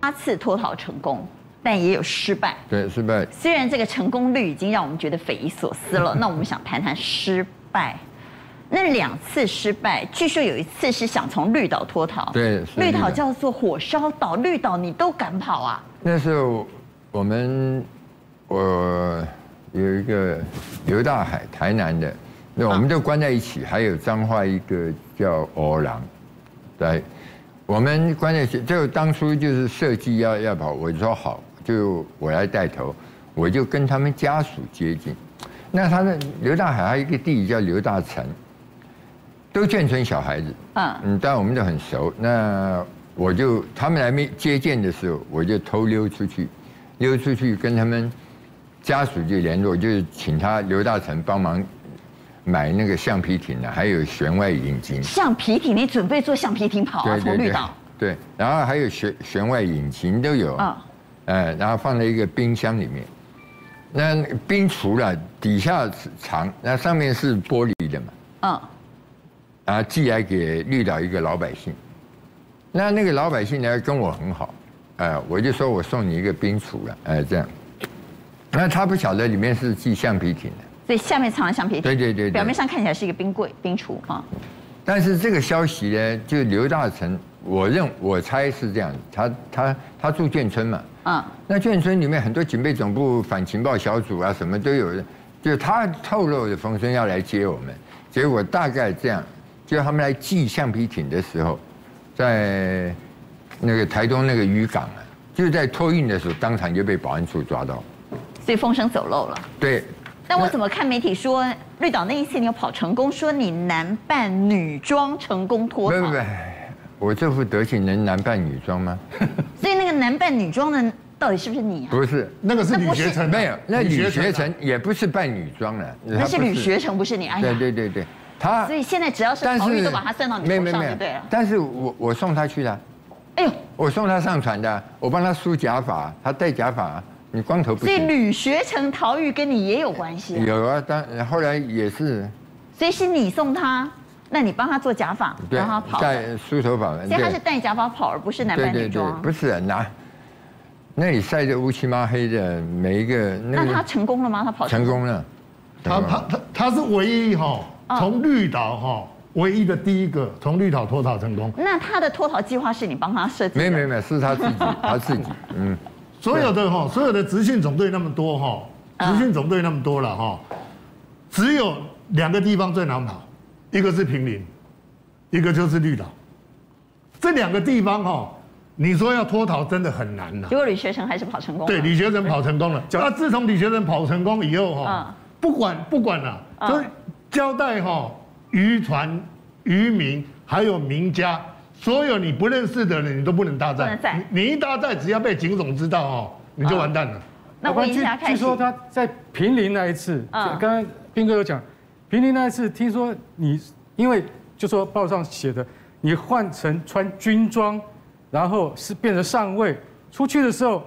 八次脱逃成功，但也有失败。对，失败。虽然这个成功率已经让我们觉得匪夷所思 了，那我们想谈谈失败。那两次失败，据说有一次是想从绿岛脱逃，对是绿绿岛岛叫做火烧岛，绿岛你都敢跑啊？那时候我们我有一个刘大海，台南的，那我们就关在一起，还有彰化一个叫欧郎，对，我们关在一起，就当初就是设计要要跑，我就说好，就我来带头，我就跟他们家属接近。那他的刘大海还有一个弟弟叫刘大成，都眷村小孩子，嗯嗯，但我们都很熟。那我就他们来面接见的时候，我就偷溜出去，溜出去跟他们家属就联络，就是请他刘大成帮忙买那个橡皮艇啊，还有弦外引擎。橡皮艇，你准备坐橡皮艇跑啊？哦从绿岛，对，然后还有弦弦外引擎都有，啊呃，然后放在一个冰箱里面。那那个冰除了底下是长，那上面是玻璃的嘛，嗯，啊然后寄来给绿岛一个老百姓。那那个老百姓呢跟我很好，呃，我就说我送你一个冰橱了，哎、这样。那他不晓得里面是寄橡皮艇的，所以下面藏了橡皮艇，对对对对表面上看起来是一个冰柜、冰橱啊，但是这个消息呢，就刘大成，我认我猜是这样，他他他住眷村嘛，嗯，那眷村里面很多警备总部反情报小组啊，什么都有，就他透露的风声要来接我们，结果大概这样，就他们来寄橡皮艇的时候，在那个台东那个渔港啊，就是在托运的时候，当场就被保安处抓到。所以风声走漏了。对，但我那怎么看媒体说绿岛那一次你有跑成功，说你男扮女装成功脱不逃，不不，我这副德行能男扮女装吗？所以那个男扮女装的到底是不是你啊？不是， 那个是那吕不是学成啊，没有，那吕吕学学成啊成也不是扮女装了，那他是不吕学成，不是你。哎对呀，对对对，他所以现在只要是但逃狱是都把它算到你没有头没有上没就有对了，。但是我我送他去的，哎呦，我送他上船的，我帮他梳假发，他戴假发，你光头不所以行。吕学成逃狱跟你也有关系啊、有啊，当后来也是所以是你送他，那你帮他做假发，对让他跑，所戴梳头发，以他是对戴假发跑，而不是男对扮对女对，装不。是拿那里晒得乌漆嘛黑的，每一个那那他个成功了吗？他跑成功了，他他他他是唯一哈，嗯从绿岛哈唯一的第一个从绿岛脱逃成功。那他的脱逃计划是你帮他设计的？没有没有没有，是他自己他自己，嗯，所有的哈，所有的直训总队那么多哈，嗯直训总队那么多了哈，只有两个地方最难跑，一个是平林，一个就是绿岛。这两个地方哈，你说要脱逃真的很难呐、结果吕学成还是跑成功了。啊对，李学成跑成功了。那自从李学成跑成功以后哈嗯，不管不管了、嗯就是交代哈渔船、渔民还有名家，所有你不认识的人，你都不能搭不载能载。你你一搭载，只要被警总知道哦，你就完蛋了。那问一下，据开据始说他在平林那一次，嗯刚刚斌哥有讲，平林那一次，听说你因为就说报上写的，你换成穿军装，然后是变成上尉，出去的时候，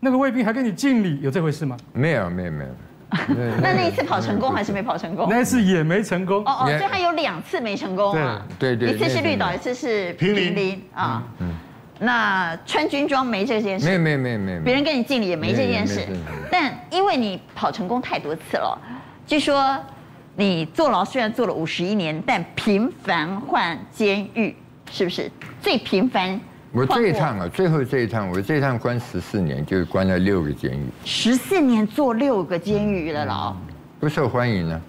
那个卫兵还跟你敬礼，有这回事吗？没有没有没有， 那那一次跑成功还是没跑成功？那一次也没成功。哦哦哦，也所以他有两次没成功啊。对对对一次是绿岛，那嗯一次是平林林啊。那穿军装没这件没有事，没有没有没有，别人跟你敬礼也没这件没事有没有没有。但因为你跑成功太多次了，据说你坐牢虽然坐了五十一年，但频繁换监狱，是不是？最频繁我换过。这一趟啊，最后这一趟，我这一趟关十四年，就是关了六个监狱，十四年坐六个监狱的牢，不受欢迎呢、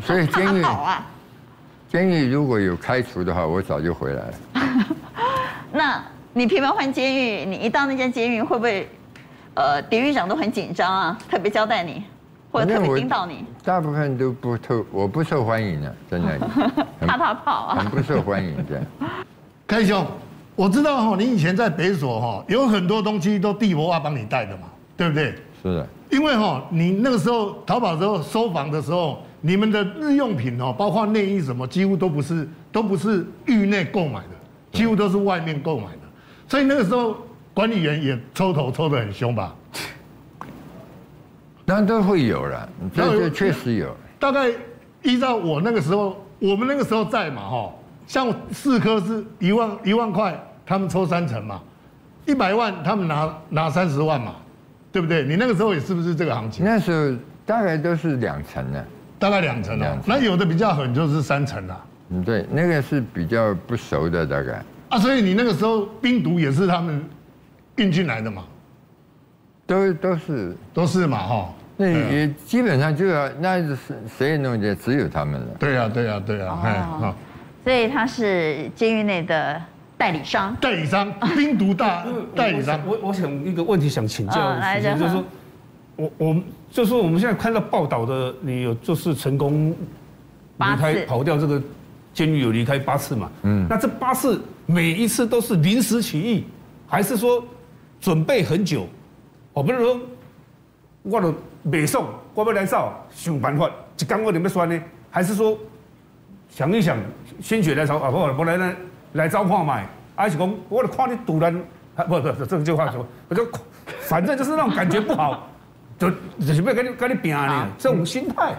所以嗯监大狱 好啊。监狱如果有开除的话，我早就回来了。那你频繁换监狱，你一到那间监狱会不会，呃，典狱长都很紧张啊，特别交代你，或哦者特别盯到你，大部分都不受，我不受欢迎了、啊在那里，很怕他跑啊很？不受欢迎的。开兄，我知道哈，你以前在北所哈，有很多东西都帝国化帮你带的嘛，对不对？是的，因为哈，你那个时候淘宝时候收房的时候，你们的日用品哦，包括内衣什么，几乎都不是都不是域内购买的，几乎都是外面购买的。所以那个时候管理员也抽头抽得很凶吧？那都会有了，那这有嗯这确实有。大概依照我那个时候，我们那个时候在嘛哈，像四颗是一万一万块，他们抽三成嘛，一百万他们拿拿三十万嘛，对不对？你那个时候也是不是这个行情？那时候大概都是两层啊的、大概两成啊两，成那有的比较狠就是三成啊。嗯，对，那个是比较不熟的，大概啊，所以你那个时候冰毒也是他们运进来的嘛，都都是，都是嘛哈。那对啊也基本上就要，那是谁也弄得，只有他们了。对呀，对呀，对呀，哎，哦啊，所以他是监狱内的代理商。代理商，冰毒大因为我啊代理商，我我想一个问题想请教嗯来主任持，就是恒说，我我们就是说我们现在看到报道的，你有就是成功离八次开跑掉这个监狱有离开八次嘛？嗯嗯，那这八次每一次都是临时起意，还是说准备很久？我不是说我都北送，我要来造，想办法，一天我就要算呢？还是说想一想，心血来潮啊，不，我来来来招看买，还是讲我就看你突然，啊不不，这句话说，我就反正就是那种感觉不好，就就是要跟你跟你拼呢，这种心态。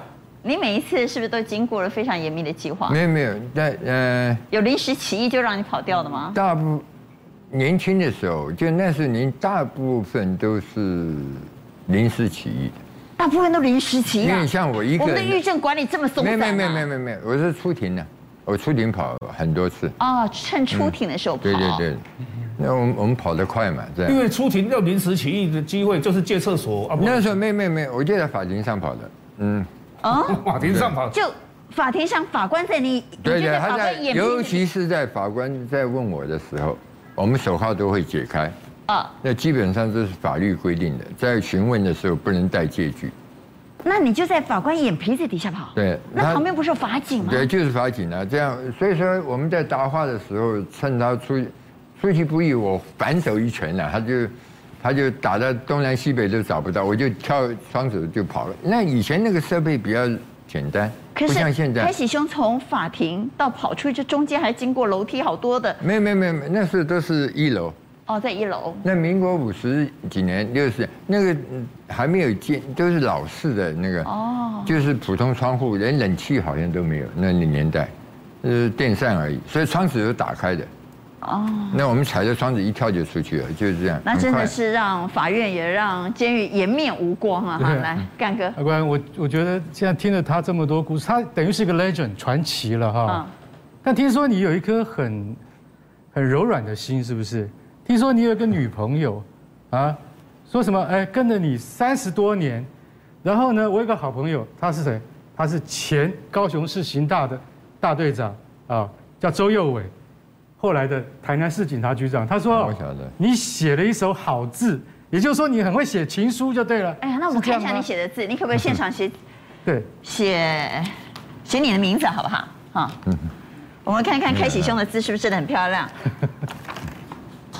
你每一次是不是都经过了非常严密的计划？没有没有，但呃，有临时起意就让你跑掉的吗？大部年轻的时候，就那时候您大部分都是临时起意大部分都临时起意、因啊。为像我一个我们的人狱政管理这么的，松没散、有啊，没有没有没有没有没有，我是出庭的，我出庭跑很多次，哦，趁出庭的时候跑。嗯对对对，那我们我们跑得快嘛，这因样。为出庭要临时起意的机会，就是借厕所啊，不那时候没有没有没有，我就在法庭上跑的，嗯，哦，法庭上跑，就法庭上法官在你，对你就的，在他法在，官眼皮尤其是在法官在问我的时候，我们手铐都会解开，啊、那基本上这是法律规定的，在询问的时候不能带借据，那你就在法官眼皮子底下跑。对那他旁边不是有法警吗？对，就是法警啊，这样，所以说我们在答话的时候，趁他出出其不意，我反手一拳呐、啊他就他就打到东南西北都找不到，我就跳双手就跑了。那以前那个设备比较简单，可不像是现开在。喜兄从法庭到跑出去，这中间还经过楼梯好多的没有没有没有，没有那时候都是一楼。哦，在一楼。那民国五十几年六十那个嗯还没有建，都是老式的那个，哦就是普通窗户，连冷气好像都没有，那个年代，呃，电扇而已，所以窗子都打开的。哦，那我们踩着窗子一跳就出去了，就是这样。那真很快的是让法院也让监狱颜面无光啊！哈，对来，干哥，阿关，我我觉得现在听了他这么多故事，他等于是一个 legend 传奇了哦哈。嗯但听说你有一颗很很柔软的心，是不是？听说你有一个女朋友啊，说什么哎跟着你三十多年，然后呢，我有个好朋友，他是谁？他是前高雄市刑大的大队长啊，叫周佑伟，后来的台南市警察局长。他说我晓得你写了一手好字，也就是说你很会写情书就对了。哎呀，那我们是这看样一下吗你写的字，你可不可以现场写对。写写你的名字好不好？哈，嗯我们看看开启兄的字是不是真的很漂 亮？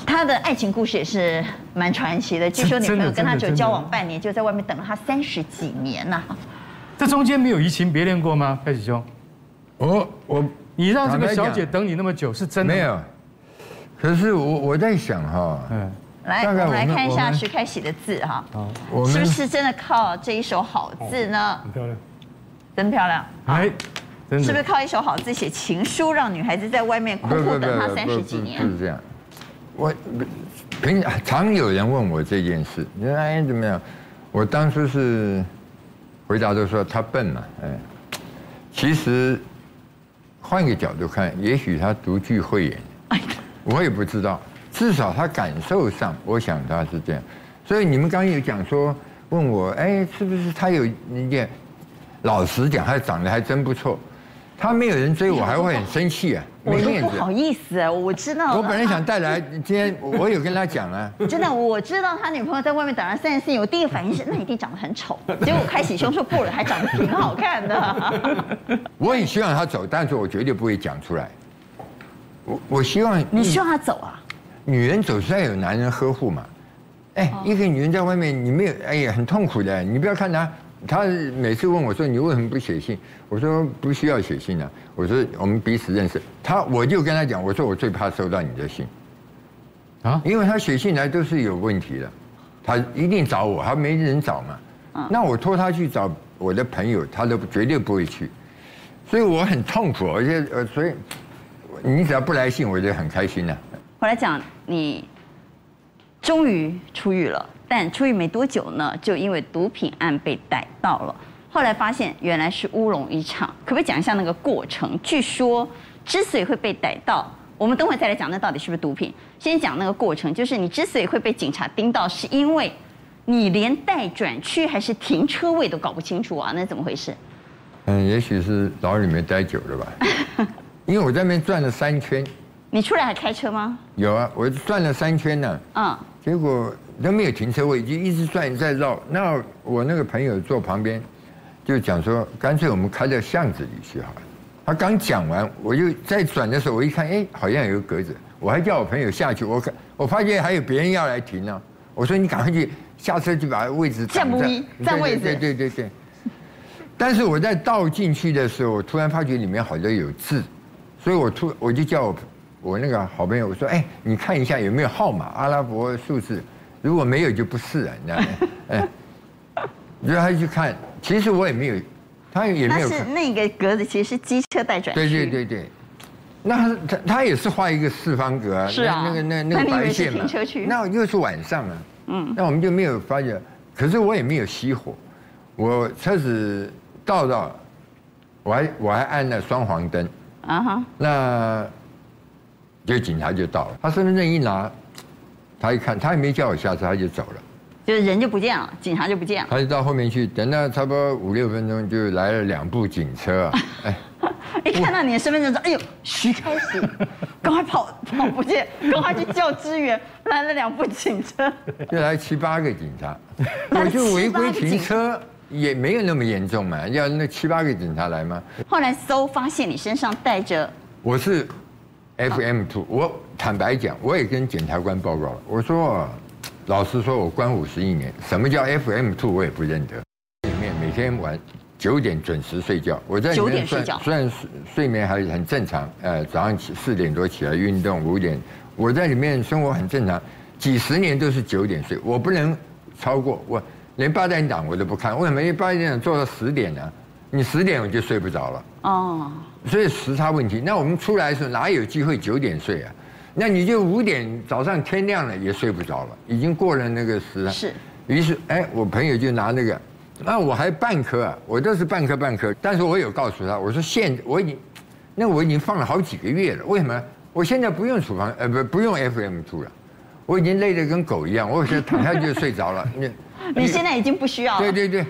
他的爱情故事也是蛮传奇的，据说女朋友跟他只有交往半年，就在外面等了他三十几年呐、这中间没有移情别恋过吗？开始兄，哦，我你让这个小姐坦白等你那么久是真讲的吗没？有，可是我我在想哈、哦嗯，来，我大概们来我们看一下我们徐开喜的字哈，我是们不是真的靠这一手好字呢？很漂亮。真漂亮，哎，真是不是的，靠一手好字写情书，让女孩子在外面苦不不不苦不等他三十不几年不？是这样。我平常有人问我这件事，你说哎怎么样？我当初是回答都说他笨嘛，哎，其实换个角度看，也许他独具慧眼，哎我也不知道，至少他感受上，我想他是这样。所以你们刚刚有讲说，问我，哎，是不是他有一点？老实讲，他长得还真不错。他没有人追我，还会很生气啊，我没都面不子。好意思，啊我知道了。我本来想带来，今天我有跟他讲啊，真的，我知道他女朋友在外面等了三十四年，我第一个反应是那一定长得很丑。结果开喜胸说不了，还长得挺好看的。我很希望他走，但是我绝对不会讲出来。我我希望 你希望他走啊？女人总是要有男人呵护嘛。哎，一个女人在外面，你没有，哎呀，很痛苦的。你不要看她，她每次问我说你为什么不写信？我说不需要写信啊。我说我们彼此认识。她我就跟她讲，我说我最怕收到你的信啊因为她写信来都是有问题的，她一定找我，她没人找嘛。那我托她去找我的朋友，她都绝对不会去，所以我很痛苦，而且呃，所以你只要不来信，我就很开心了、回来讲你终于出狱了，但出狱没多久呢，就因为毒品案被逮到了。后来发现原来是乌龙一场，可不可以讲一下那个过程？据说之所以会被逮到，我们等会再来讲那到底是不是毒品。先讲那个过程，就是你之所以会被警察盯到，是因为你连待转区还是停车位都搞不清楚啊，那怎么回事？嗯，也许是牢里面待久 了吧，因为我在那边转了三圈，你出来还开车吗？有啊，我转了三圈呢、嗯，结果都没有停车位，就一直转再绕。那我那个朋友坐旁边，就讲说，干脆我们开到巷子里去好了。他刚讲完，我就在转的时候，我一看，哎，好像有个格子，我还叫我朋友下去。我看我发现还有别人要来停呢、我说你赶快去下车去把位置占挡不上一对占位置对对对对。但是我在倒进去的时候，我突然发觉里面好像有字，所以我突我就叫我我那个好朋友我说：“哎，你看一下有没有号码，阿拉伯数字，如果没有就不是了，你知道吗？”哎， 然后他去看，其实我也没有，他也没那有是看，那个格子其实是机车待转对区。对对对。那他他他也是画一个四方格啊，是啊那那个那那那你个以为白是线嘛啊停车区，那又是晚上啊，嗯，那我们就没有发觉，可是我也没有熄火，我车子倒到，我还我还按了双黄灯，啊哈，那就警察就到了，他身份证一拿，他一看，他也没叫我下车，他就走了。就是人就不见了，警察就不见了。他就到后面去，等到差不多五六分钟，就来了两部警车啊！哎，一看到你的身份证说：“哎呦，徐开始，赶快跑跑不见，赶快去叫支援。”来了两部警车， 就来七八个警 察，来我了就七违八个规警察停车，也没有那么严重嘛，要那七八个警察来吗？后来搜发现你身上带着我是 FM two，我坦白讲，我也跟检察官报告了，我说，啊老实说，我关五十一年，什么叫 FM two 我也不认得。里面每天晚九点准时睡觉，我在里9点面睡算觉算睡睡眠还很正常，呃，早上起四点多起来运动，五点我在里面生活很正常，几十年都是九点睡，我不能超过，我连八点档我都不看，为什么？因为八点档做到十点呢、你十点我就睡不着了。哦，所以时差问题。那我们出来的时候哪有机会九点睡啊？那你就五点早上天亮了也睡不着了，已经过了那个时了。是。于是，哎，我朋友就拿那个，那我还半颗啊，我都是半颗半颗。但是我有告诉他，我说现我已经，那我已经放了好几个月了，为什么？我现在不用处方，呃，不不用 FM 住了， 我已经累得跟狗一样，我现在躺下去就睡着了。你你现在已经不需要了。对对对，